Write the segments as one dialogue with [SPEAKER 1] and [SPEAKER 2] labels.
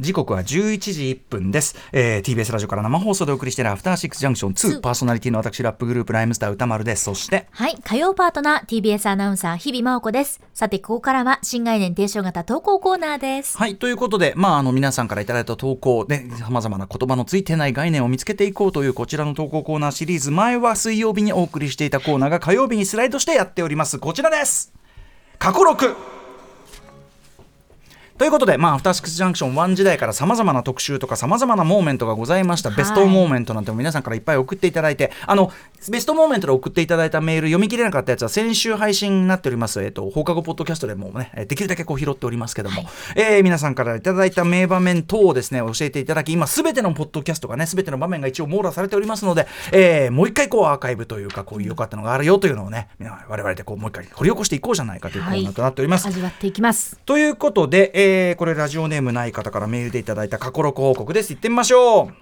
[SPEAKER 1] 時刻は11時1分です、えー、TBS ラジオから生放送でお送りしているアフターシックスジャンクション2パーソナリティの私ラップグループライムスター歌丸ですそして
[SPEAKER 2] はい、火曜パートナー TBS アナウンサー日々真央子です。さて、ここからは新概念提唱型投稿コーナーです。
[SPEAKER 1] はい。ということで、まあ、あの、皆さんからいただいた投稿で、様々な言葉のついてない概念を見つけていこうという、こちらの投稿コーナーシリーズ、前は水曜日にお送りしていたコーナーが火曜日にスライドしてやっております。こちらです過去6ということで、まあ、アフターシックスジャンクション1時代からさまざまな特集とかさまざまなモーメントがございました、
[SPEAKER 2] はい
[SPEAKER 1] ベストモーメントなんても皆さんからいっぱい送っていただいてあのベストモーメントで送っていただいたメール読み切れなかったやつは先週配信になっております、えっと放課後ポッドキャストでもねえーできるだけこう拾っておりますけども、えー皆さんからいただいた名場面等をですね教えていただき今すべてのポッドキャストがねすべての場面が一応網羅されておりますので、えーもう一回こうアーカイブというかこういう良かったのがあるよというのをね皆我々でこうもう一回掘り起こしていこうじゃないかというコーナーとなっております、
[SPEAKER 2] 味わっていきます。
[SPEAKER 1] ということで、えーこれラジオネームない方からメールでいただいた過去録報告です。行ってみましょう。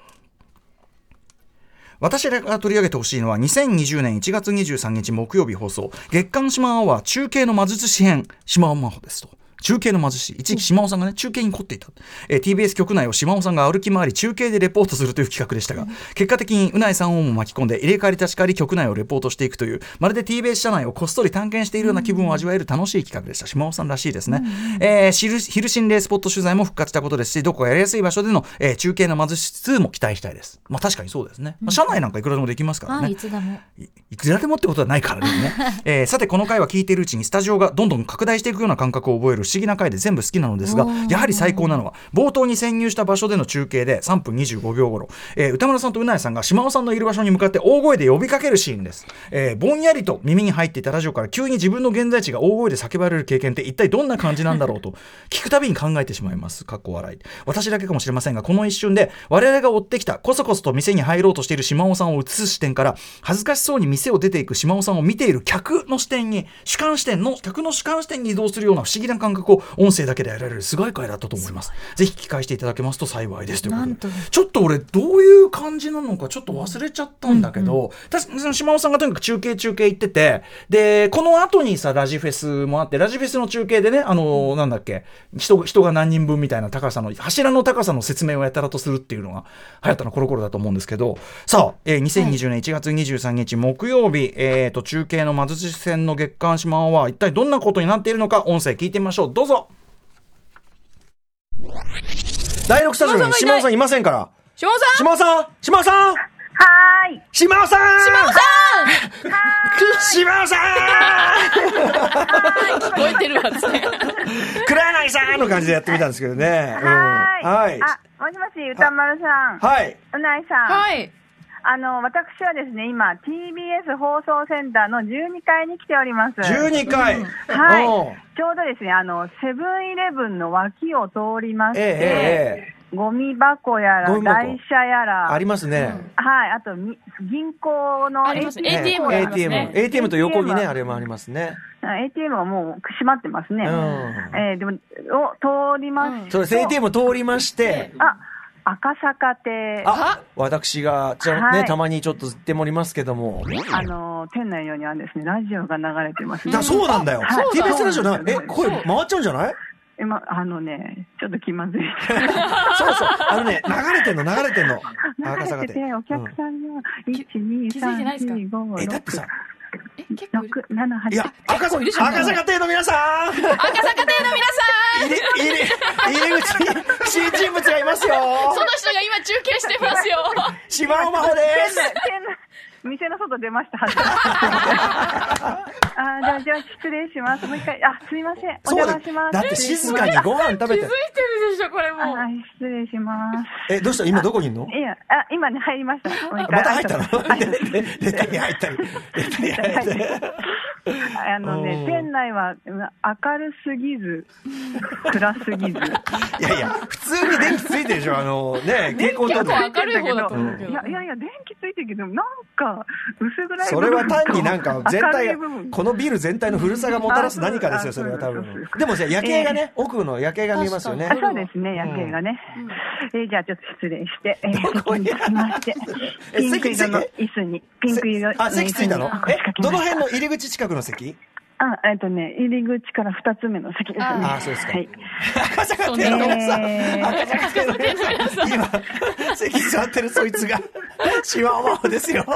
[SPEAKER 1] 私らが取り上げてほしいのは2020年1月23日木曜日放送月刊シマアワー中継の魔術師編シマオマホですと。中継の魔術師一時期島尾さんがね中継に凝っていた、えー TBS 局内を島尾さんが歩き回り中継でレポートするという企画でしたが、結果的にうないさんをも巻き込んで入れ替わり立ち替わり局内をレポートしていくというまるで TBS 社内をこっそり探検しているような気分を味わえる楽しい企画でした島尾さんらしいですね、えー昼昼心霊スポット取材も復活したことですしどこかやりやすい場所での、えー中継の貧し2も期待したいですまあ確かにそうですね、まあ、社内なんかいくらでもできますからね、
[SPEAKER 2] はい、いつでも。
[SPEAKER 1] いいくらでもってことはないからね。 えーさてこの回は聞いているうちにスタジオがどんどん拡大していくような感覚を覚える不思議な回で全部好きなのですが
[SPEAKER 2] おー
[SPEAKER 1] やはり最高なのは冒頭に潜入した場所での中継で3分25秒頃、えー歌丸さんとうなえさんが島尾さんのいる場所に向かって大声で呼びかけるシーンです、えーぼんやりと耳に入っていたラジオから急に自分の現在地が大声で叫ばれる経験って一体どんな感じなんだろうと聞くたびに考えてしまいますかっこ笑い私だけかもしれませんがこの一瞬で我々が追ってきたこそこそと店に入ろうとしている島尾さんを映す視点から恥ずかしそうに店を出ていく島尾さんを見ている客の視点に主観視点の客の主観視点に移動するような不思議な感覚を音声だけで得られるすごい回だったと思いますぜひ聞き返していただけますと幸いですというこ
[SPEAKER 2] なん
[SPEAKER 1] と
[SPEAKER 2] と
[SPEAKER 1] でちょっと俺どういう感じなのかちょっと忘れちゃったんだけど、確かに島尾さんがとにかく中継中継行っててでこの後にさラジフェスもあってラジフェスの中継でねあのーなんだっけ人人が何人分みたいな高さの柱の高さの説明をやたらとするっていうのが流行ったのコロコロだと思うんですけどさあ、えー2020年1月23日木曜日、えー、と中継の貧し戦の月刊島尾は一体どんなことになっているのか音声聞いてみましょうどうぞ第6スタジオに島尾さんいませんから
[SPEAKER 3] 島尾さ
[SPEAKER 1] 島尾さん島尾さん
[SPEAKER 4] はーい。
[SPEAKER 1] 島尾さん
[SPEAKER 3] んさ
[SPEAKER 1] 島尾さ
[SPEAKER 3] ん聞こえてるわですね。
[SPEAKER 1] ん黒柳さんの感じでやってみたんですけどね。うん
[SPEAKER 4] はーい。
[SPEAKER 1] はい。
[SPEAKER 4] あ、もしもし、歌丸さん。
[SPEAKER 1] はい。
[SPEAKER 4] うないさん。
[SPEAKER 3] はい。
[SPEAKER 4] あの、私はですね、今、TBS 放送センターの12階に来ております。
[SPEAKER 1] 12回。
[SPEAKER 4] はい
[SPEAKER 1] うん。
[SPEAKER 4] ちょうどですね、あの、セブンイレブンの脇を通りまし
[SPEAKER 1] えええ
[SPEAKER 4] て、
[SPEAKER 1] ええ
[SPEAKER 4] ゴミ箱や
[SPEAKER 1] ゴ
[SPEAKER 4] ら、
[SPEAKER 1] ミ箱
[SPEAKER 4] 台車や
[SPEAKER 1] え
[SPEAKER 4] ら、
[SPEAKER 1] ありますね。
[SPEAKER 4] はい、あと、み銀行の
[SPEAKER 3] ありますね
[SPEAKER 4] ATM
[SPEAKER 3] もあ
[SPEAKER 4] があ
[SPEAKER 3] り
[SPEAKER 4] り
[SPEAKER 3] ま
[SPEAKER 4] ます
[SPEAKER 3] ね
[SPEAKER 1] ATM。ATM と横にね、
[SPEAKER 4] ATM は
[SPEAKER 1] あれもありますね。
[SPEAKER 4] あ ATM はもう閉まってますね。
[SPEAKER 1] うん
[SPEAKER 4] えーでも、を通りまして、
[SPEAKER 1] そうです。ATM 通りまして、
[SPEAKER 4] あ、赤坂亭。
[SPEAKER 1] あ、私が、じゃあ
[SPEAKER 4] は
[SPEAKER 1] ね、
[SPEAKER 4] い
[SPEAKER 1] たまにちょっと行ってもりますけども。
[SPEAKER 4] あのー店内のようにはですね、ラジオが流れてますね。
[SPEAKER 1] だそうなんだよ
[SPEAKER 4] はい。
[SPEAKER 1] TBS ラジオな、え、
[SPEAKER 4] そう
[SPEAKER 1] 声回っちゃうんじゃない
[SPEAKER 4] 今、あのね、ちょっと気まずい。
[SPEAKER 1] そうそう。あのね、流れてんの、流れてんの。赤
[SPEAKER 4] 流
[SPEAKER 1] 坂
[SPEAKER 4] れ
[SPEAKER 1] で
[SPEAKER 4] てて、お客さんが、1、2、
[SPEAKER 3] 気づいてないですか
[SPEAKER 4] 3、4、
[SPEAKER 1] え、だってさ
[SPEAKER 4] 5、、
[SPEAKER 3] え、結構いる
[SPEAKER 4] 6、7、8。
[SPEAKER 1] いや、赤
[SPEAKER 3] 結構いるじ
[SPEAKER 1] 坂、
[SPEAKER 3] ゃん
[SPEAKER 1] 赤坂亭の皆 さん
[SPEAKER 3] 赤坂亭の皆さん
[SPEAKER 1] 入れ、入れ、入れ口に不審人物がいますよ
[SPEAKER 3] その人が今中継してますよ
[SPEAKER 1] 島尾真帆で
[SPEAKER 4] 店
[SPEAKER 1] す
[SPEAKER 4] 内、店内。店の外出ました。恥ずかしいあー、じゃあ、じゃあ、失礼します。もう一回、あ、すいません。お
[SPEAKER 1] そう
[SPEAKER 4] 邪
[SPEAKER 1] だ
[SPEAKER 4] 魔しま
[SPEAKER 1] よ
[SPEAKER 4] す。
[SPEAKER 1] だって静かにご飯食
[SPEAKER 3] 気づ
[SPEAKER 1] べ
[SPEAKER 3] いて
[SPEAKER 1] て
[SPEAKER 3] る。でしょ、これもう。
[SPEAKER 4] はい、失礼します。
[SPEAKER 1] え、どうした今どこにいんの
[SPEAKER 4] いや、あ、今ね、入りました。ま
[SPEAKER 1] また入ったの でで出たり入ったり。出たり入ったり。
[SPEAKER 4] あの
[SPEAKER 1] うん
[SPEAKER 4] ね、店内はうん明るす ぎず、暗すぎず。
[SPEAKER 1] いやいや、普通に電気ついてるでしょあの、ね、蛍光灯で。
[SPEAKER 3] 結構明るい方だと思うけ
[SPEAKER 4] い
[SPEAKER 3] ど。
[SPEAKER 4] やいやいや、電気ついてるけど、なんか薄暗い
[SPEAKER 1] それは単になんか全体
[SPEAKER 4] 明るい
[SPEAKER 1] が
[SPEAKER 4] 部分、
[SPEAKER 1] このビル全体の古さがもたらす何かですよ、そ
[SPEAKER 4] あそう
[SPEAKER 1] れは多分
[SPEAKER 4] あそうです。
[SPEAKER 1] でもさ、夜景がね、奥の夜景が見えますよね
[SPEAKER 4] あ。そうですね、夜景がね。えーじゃあちょっと失礼して、えー、
[SPEAKER 1] こ
[SPEAKER 4] 席
[SPEAKER 1] に
[SPEAKER 4] に着きまして、
[SPEAKER 1] え
[SPEAKER 4] ピンク
[SPEAKER 1] 席
[SPEAKER 4] 色の
[SPEAKER 1] 席
[SPEAKER 4] 椅子に、ピンク色の
[SPEAKER 1] あ、席ついたの
[SPEAKER 4] 椅子に
[SPEAKER 1] え、どの辺の入り口近くの席
[SPEAKER 4] あ、えっとね、入り口から二つ目の席ですね。
[SPEAKER 1] あーそうですか
[SPEAKER 4] はい。
[SPEAKER 5] 赤坂店の皆さん、
[SPEAKER 4] えー
[SPEAKER 5] 赤坂店の今、席座ってるそいつが、シワワオですよ。
[SPEAKER 3] え、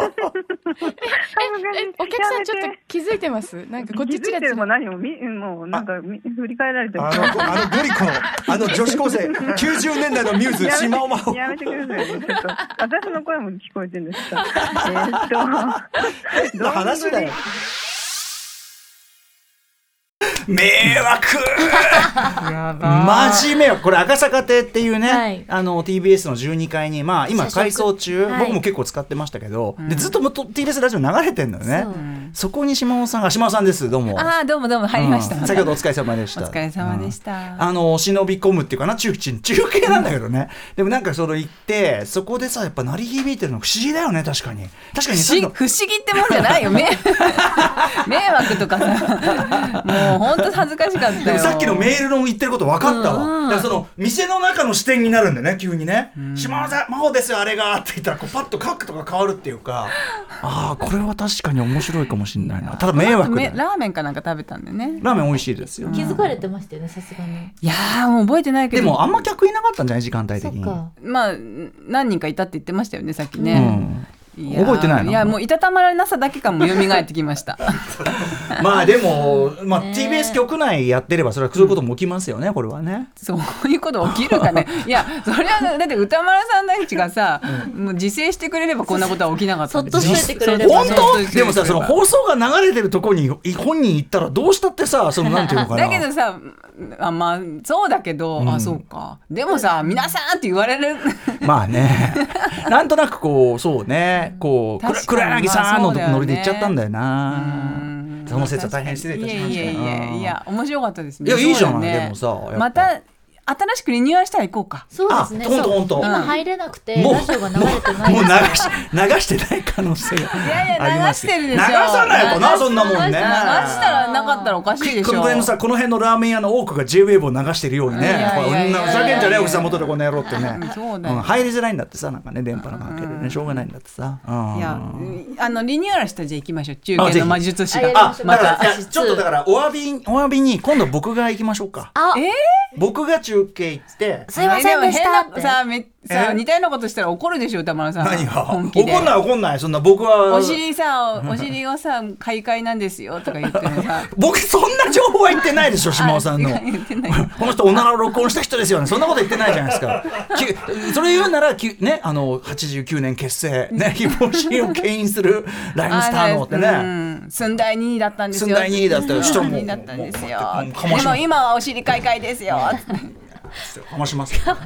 [SPEAKER 3] お客さんちょっと気づいてますなんかこっ
[SPEAKER 4] 気
[SPEAKER 3] ちち
[SPEAKER 4] づ
[SPEAKER 3] ら
[SPEAKER 4] い
[SPEAKER 3] ち
[SPEAKER 4] てるも
[SPEAKER 3] ら。
[SPEAKER 4] 何も、み、もうなんか、み振り返られても。
[SPEAKER 5] あの、あのグリコの、あの女子高生、90年代のミューズ、
[SPEAKER 4] や
[SPEAKER 5] シマオマ
[SPEAKER 4] めてやめてくださいね。ちょっと、私の声も聞こえてるんです か。えーっと、
[SPEAKER 5] の話だよ。迷惑
[SPEAKER 3] や
[SPEAKER 1] 真面目よこれ赤坂亭っていうね、
[SPEAKER 2] はい
[SPEAKER 1] あの TBS の12階にまあ今
[SPEAKER 2] 社食
[SPEAKER 1] 改装中、
[SPEAKER 2] はい
[SPEAKER 1] 僕も結構使ってましたけど、でずっともうと TBS ラジオ流れてんのよね
[SPEAKER 2] そう
[SPEAKER 1] そこに島尾さんが島尾さんですどうも
[SPEAKER 6] ああ、どうもどうも、入りました。
[SPEAKER 1] うん先ほどお疲れ様でし
[SPEAKER 6] お
[SPEAKER 1] た
[SPEAKER 6] 疲れ様でした。
[SPEAKER 1] あの忍び込むっていうかな中中中継なんだけどね、でもなんかその行ってそこでさやっぱ鳴り響いてるの不思議だよね確かに確かに
[SPEAKER 6] 不思議不思議ってもんじゃないよ。迷 迷惑とかさ。もう本当恥ずかしかった
[SPEAKER 1] でも
[SPEAKER 6] よ。
[SPEAKER 1] さっきのメールの言ってること分かったわ、だからその店の中の視点になるんだよね急にね「島田真帆ですよあれが」って言ったらこうパッと書くとか変わるっていうかああこれは確かに面白いかもしれないなただ迷惑だ
[SPEAKER 6] め
[SPEAKER 1] よ
[SPEAKER 6] ラーメンかなんか食べたんだよね。
[SPEAKER 1] ラーメン美味しいですよ、
[SPEAKER 2] 気づかれてましたよね、さすがに。
[SPEAKER 6] いやー、もう覚えてないけ
[SPEAKER 1] で
[SPEAKER 6] ど。
[SPEAKER 1] もあんま客いなかったんじゃない時間帯
[SPEAKER 2] そ
[SPEAKER 1] 的
[SPEAKER 2] っ
[SPEAKER 1] に
[SPEAKER 2] か。
[SPEAKER 6] まあ、何人かいたって言ってましたよね、さっき
[SPEAKER 1] う
[SPEAKER 6] ね。
[SPEAKER 1] ん
[SPEAKER 6] やー
[SPEAKER 1] 覚えてないない
[SPEAKER 6] や、もういたたまらなさだけかも蘇ってき ました。
[SPEAKER 1] まあでも、まあ、TBS 局内やってればそれはそういうことも起きますよね、これはね
[SPEAKER 6] そういうこと起きるかね。いや、それは、だって歌丸さんたちがさ、もう自制してくれればこんなことは起きなかったんですよ。
[SPEAKER 2] そっとしといてくれれば
[SPEAKER 1] 本
[SPEAKER 2] ね
[SPEAKER 1] 当でもさその放送が流れてるとこに本人行ったらどうしたってさそのなんていうのかな
[SPEAKER 6] だけどさあまあそうだけど、あそうかでもさ皆さんって言われる
[SPEAKER 1] まあね、なんとなくこう、そうね、こう、
[SPEAKER 6] 確
[SPEAKER 1] く
[SPEAKER 6] から
[SPEAKER 1] 黒柳
[SPEAKER 6] に
[SPEAKER 1] さんの
[SPEAKER 6] まあそうだよね
[SPEAKER 1] ノリで行っちゃったんだよな
[SPEAKER 6] うん。
[SPEAKER 1] その説は大変失礼いたしました。
[SPEAKER 6] いやいやいやいや面白かったですね
[SPEAKER 1] いやいいじゃない
[SPEAKER 6] そうだよ
[SPEAKER 1] でもさやっぱ
[SPEAKER 6] また新しくリニューアルしたら行こうか
[SPEAKER 2] そうですね。
[SPEAKER 1] あほんと
[SPEAKER 2] そう
[SPEAKER 1] ほんと
[SPEAKER 2] 今
[SPEAKER 6] うん
[SPEAKER 2] 入れなくて、
[SPEAKER 1] もう、
[SPEAKER 2] ラ
[SPEAKER 1] も
[SPEAKER 2] ジオが流れて
[SPEAKER 1] う
[SPEAKER 2] ない
[SPEAKER 1] もう
[SPEAKER 2] で
[SPEAKER 1] 流
[SPEAKER 2] すから
[SPEAKER 1] し、流してない可能性が
[SPEAKER 6] やいや
[SPEAKER 1] ありますよ。
[SPEAKER 6] 流してるでしょ
[SPEAKER 1] 流さないとな、そんなもんね。
[SPEAKER 6] 流したらなかったらおかしいでしょ
[SPEAKER 1] このぐらいのさ、この辺のラーメン屋の多くが J-WAVE を流してるように
[SPEAKER 6] いやい
[SPEAKER 1] ね、
[SPEAKER 6] や
[SPEAKER 1] こ
[SPEAKER 6] いや
[SPEAKER 1] ん
[SPEAKER 6] いや
[SPEAKER 1] なふざけんじゃねえ、奥さん元でこの野郎ってね
[SPEAKER 6] うん。そうだよ
[SPEAKER 1] ん入りづらいんだってさ、なんかね、電波の関係でね、しょうがないんだってさ。うん
[SPEAKER 6] いやあのリニューアルしたらじゃあ行きましょう中
[SPEAKER 1] あぜ
[SPEAKER 6] 継
[SPEAKER 1] ひ
[SPEAKER 6] の魔術師
[SPEAKER 2] あ
[SPEAKER 6] が
[SPEAKER 1] あ、
[SPEAKER 2] ま
[SPEAKER 1] だ
[SPEAKER 2] た
[SPEAKER 1] から、いや
[SPEAKER 2] 実
[SPEAKER 1] ちょっとだから、お詫び、お詫びに、今度僕が行きましょうか。
[SPEAKER 2] あ、
[SPEAKER 6] え
[SPEAKER 1] 僕が中継行って、
[SPEAKER 2] すいませんでした
[SPEAKER 6] で
[SPEAKER 2] っ
[SPEAKER 6] も
[SPEAKER 2] て。
[SPEAKER 6] 変なさめさ
[SPEAKER 1] え
[SPEAKER 6] 似たようなことしたら怒るでしょ歌丸さん
[SPEAKER 1] 何が
[SPEAKER 6] 本
[SPEAKER 1] 怒
[SPEAKER 6] 気
[SPEAKER 1] ん
[SPEAKER 6] で
[SPEAKER 1] ない怒んない、そんな僕は。
[SPEAKER 6] お尻さお尻をさ買い替えなんですよとか言ってもさ
[SPEAKER 1] 僕、そんな情報は言ってないでしょ、島尾さんの。
[SPEAKER 6] あ違う言ってない
[SPEAKER 1] この人、おならを録音した人ですよね。そんなこと言ってないじゃないですか。きそれ言うなら、きね、あの、89年結成、ね、日本シーンを牽引するラインスターのってね。
[SPEAKER 6] うん寸大2位だったんです
[SPEAKER 1] 寸
[SPEAKER 6] よ。
[SPEAKER 1] 大二位だったよ
[SPEAKER 6] 寸大
[SPEAKER 1] 人も
[SPEAKER 6] 二位だったんですよ
[SPEAKER 1] もうもうかまします
[SPEAKER 6] でも今はお尻買い替えですよ。
[SPEAKER 1] かまします。
[SPEAKER 6] 交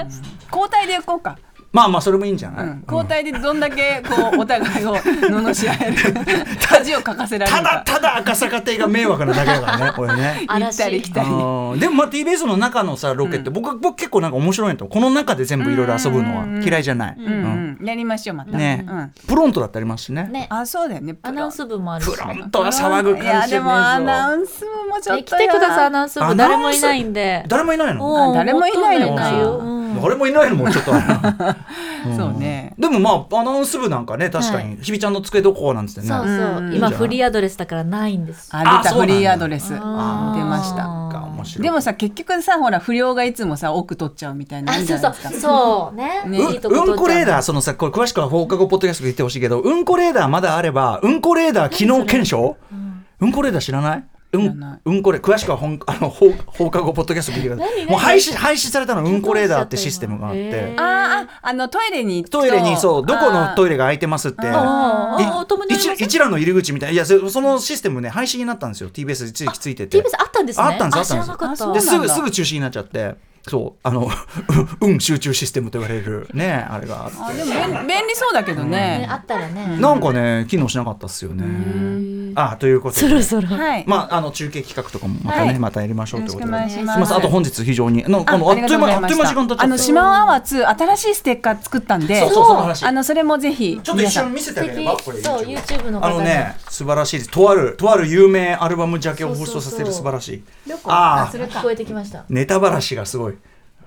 [SPEAKER 6] 代で行こうか。
[SPEAKER 1] まあまあ、それもいいんじゃない、
[SPEAKER 6] うん交代でどんだけこうお互いを罵られる恥をかかせられる
[SPEAKER 1] ただ
[SPEAKER 6] か。
[SPEAKER 1] ただ赤坂亭が迷惑なだけだから ね、これね。
[SPEAKER 6] 行ったり来たり。
[SPEAKER 1] あーでもまあ TBS の中のさロケって、僕僕結構なんか面白いとこの中で全部いろいろ遊ぶのは嫌いじゃない、
[SPEAKER 6] うんうんやりましょうまた。
[SPEAKER 1] ね、
[SPEAKER 6] うん
[SPEAKER 1] プロントだったりますしね
[SPEAKER 2] ね、
[SPEAKER 6] あそうだよね。
[SPEAKER 2] アナウンス部もあるし。
[SPEAKER 1] プロントは騒ぐ感じ
[SPEAKER 6] いやでもアナ
[SPEAKER 1] ウン
[SPEAKER 6] ウンス部もちょっ
[SPEAKER 2] え
[SPEAKER 6] と。
[SPEAKER 2] 来てください、ア。ナウンス
[SPEAKER 1] アナウ
[SPEAKER 2] 部。
[SPEAKER 1] ンス
[SPEAKER 2] 誰もいないんで。
[SPEAKER 1] 誰もいないの
[SPEAKER 2] おー
[SPEAKER 6] 誰もいないのか
[SPEAKER 2] 求めようん
[SPEAKER 1] 誰もいないのもちょっとあれな
[SPEAKER 6] そうね。
[SPEAKER 1] でもまあアナウンス部なんかね確かに、ひびちゃんの机どこなんつってね
[SPEAKER 2] そうそうう。
[SPEAKER 6] ん
[SPEAKER 2] 今、フリーアドレスだからないんです。
[SPEAKER 6] あ
[SPEAKER 1] あ
[SPEAKER 6] 出た
[SPEAKER 1] そうな
[SPEAKER 6] フ
[SPEAKER 1] んだ
[SPEAKER 6] リーアドレス出
[SPEAKER 2] あー
[SPEAKER 6] ました。
[SPEAKER 1] なんか面白い
[SPEAKER 6] でもさ結局さほら不良がいつもさ奥取っちゃうみたいな
[SPEAKER 2] あ、
[SPEAKER 6] のいいんじ
[SPEAKER 2] そう
[SPEAKER 6] ゃな
[SPEAKER 2] そ
[SPEAKER 6] いうですか。。
[SPEAKER 2] そうね。
[SPEAKER 6] ね
[SPEAKER 1] う
[SPEAKER 2] いいとこ取っちゃ
[SPEAKER 1] んこレーダー、そのさ、これ詳しくは放課後ポッドキャストで言ってほしいけど、うんこレーダーまだあれば、うんこレーダー機能検証うんこレーダー知らないうん
[SPEAKER 6] 知らない
[SPEAKER 1] うんこレ詳しくはほん あの放放課後ポッドキャスト聞いてください。
[SPEAKER 2] 何
[SPEAKER 1] もう廃止廃止されたのうんこレーダーってシステムがあっ
[SPEAKER 2] へ
[SPEAKER 1] て
[SPEAKER 2] ー、
[SPEAKER 6] あーあ、あのトイレに行くと
[SPEAKER 1] トイレにそう、どこのトイ
[SPEAKER 6] レ
[SPEAKER 1] レが空いてますって。
[SPEAKER 2] あー
[SPEAKER 1] い
[SPEAKER 2] あーお友達
[SPEAKER 1] 一
[SPEAKER 2] ありま
[SPEAKER 1] 一覧の入り口みたいないやそそのシステムね廃止になったんですよ TBS 一時期ついてて
[SPEAKER 2] TBS あったんですね。
[SPEAKER 1] あったんですあったんです
[SPEAKER 2] 知らなかった。
[SPEAKER 6] あそう
[SPEAKER 1] で
[SPEAKER 6] な
[SPEAKER 1] す
[SPEAKER 6] ん
[SPEAKER 1] ぐ
[SPEAKER 6] だ
[SPEAKER 1] すぐ中止になっちゃってそうあの 運集中システムと言われるねあれがあって
[SPEAKER 6] あでも便便利そうだけど
[SPEAKER 2] ね
[SPEAKER 6] ね。
[SPEAKER 2] あったらね。
[SPEAKER 1] なんかね、機能しなかったっすよね。あ、ということ
[SPEAKER 2] そ
[SPEAKER 1] で
[SPEAKER 2] ろ。そろ。
[SPEAKER 6] はい。
[SPEAKER 1] まあ、あの中継企画とかもまたね、
[SPEAKER 6] はい
[SPEAKER 1] またやりましょうということで、
[SPEAKER 6] よろしくお願いします
[SPEAKER 1] みませんあと本日非常に、の、あの、あっ
[SPEAKER 6] りが
[SPEAKER 1] という
[SPEAKER 6] ござ
[SPEAKER 1] 間、あっという間時間経っちゃった。
[SPEAKER 6] あの、島尾アワー2、新しいステッカー作ったんで、
[SPEAKER 1] そうそうその話
[SPEAKER 6] あの、それもぜひ、
[SPEAKER 1] ちょっと一
[SPEAKER 6] 皆さ
[SPEAKER 1] 瞬
[SPEAKER 6] ん。
[SPEAKER 1] 見せてあげれば、これ。
[SPEAKER 2] 敵そう YouTube の
[SPEAKER 1] あ
[SPEAKER 2] 方
[SPEAKER 1] の
[SPEAKER 2] に
[SPEAKER 1] ね、素晴らしいです。とある、とある有名アルバムジャケを放送させる素
[SPEAKER 2] そうそうそう
[SPEAKER 1] 晴らしい。
[SPEAKER 2] どこ
[SPEAKER 1] あー
[SPEAKER 2] あそれ聞こえてきました
[SPEAKER 1] ネタばらしがすごい。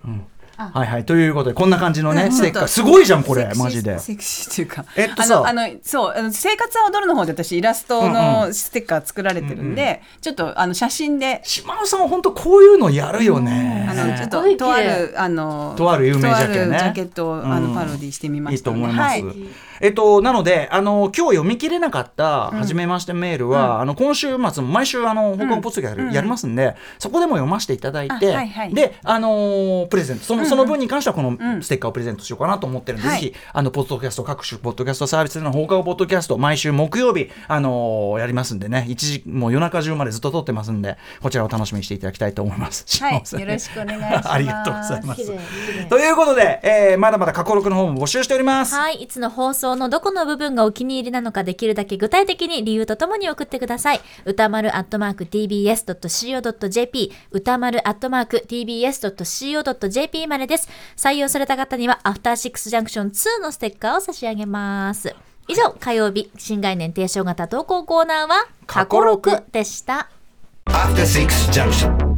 [SPEAKER 1] うんはいはいということでこんな感じのねステッカーすごいじゃんこれ
[SPEAKER 6] セクシー
[SPEAKER 1] マジで。
[SPEAKER 6] セクシーっていうか。
[SPEAKER 1] えっとさ
[SPEAKER 6] あの、あのそう、あの生活は踊るの方で私イラストのステッカー作られてるんで、ちょっとあの写真で、
[SPEAKER 1] 島尾さんは本当こういうのやるよ
[SPEAKER 6] あの、
[SPEAKER 1] ね
[SPEAKER 6] ちょっ
[SPEAKER 2] すご
[SPEAKER 6] と、
[SPEAKER 2] い綺
[SPEAKER 6] とあ
[SPEAKER 2] 麗
[SPEAKER 6] る、あの、
[SPEAKER 1] とある有名ジャケね
[SPEAKER 6] とあるジャケットを、あ
[SPEAKER 1] うん
[SPEAKER 6] の、パロディしてみま
[SPEAKER 1] いい
[SPEAKER 6] し
[SPEAKER 1] と
[SPEAKER 6] たね、
[SPEAKER 1] 思います、
[SPEAKER 6] はい。
[SPEAKER 1] えっとなのであの今日読み切れなかった「はじめましてメールは」あの今週末も毎週あの北欧ポッドキャストやるやりますんで、そこでも読ませていただいて、
[SPEAKER 6] あはいはい
[SPEAKER 1] であのープレゼントそのその分に関してはこのステッカーをプレゼントしようかなと思ってるんで、
[SPEAKER 6] はい
[SPEAKER 1] ぜひあのポッドキャスト各種ポッドキャストサービスでの放課後ポッドキャスト毎週木曜日あのーやりますんでね一時もう夜中中までずっと撮ってますんでこちらを楽しみにしていただきたいと思います。
[SPEAKER 6] はい
[SPEAKER 1] すません
[SPEAKER 6] よろしくお願いしま す
[SPEAKER 1] ありがとうございます。
[SPEAKER 2] 綺麗綺麗
[SPEAKER 1] ということで、えーまだまだ過去録の方も募集しております。
[SPEAKER 2] はい。いつの放送のどこの部分がお気に入りなのかできるだけ具体的に理由とともに送ってください。歌丸アットマーク tbs.co.jp 歌丸アットマーク tbs.co.jp までです。採用された方にはアフターシックスジャンクション2のステッカーを差し上げます。以上、火曜日、新概念提唱型投稿コーナーは、過去録でした。
[SPEAKER 7] After Six Junction.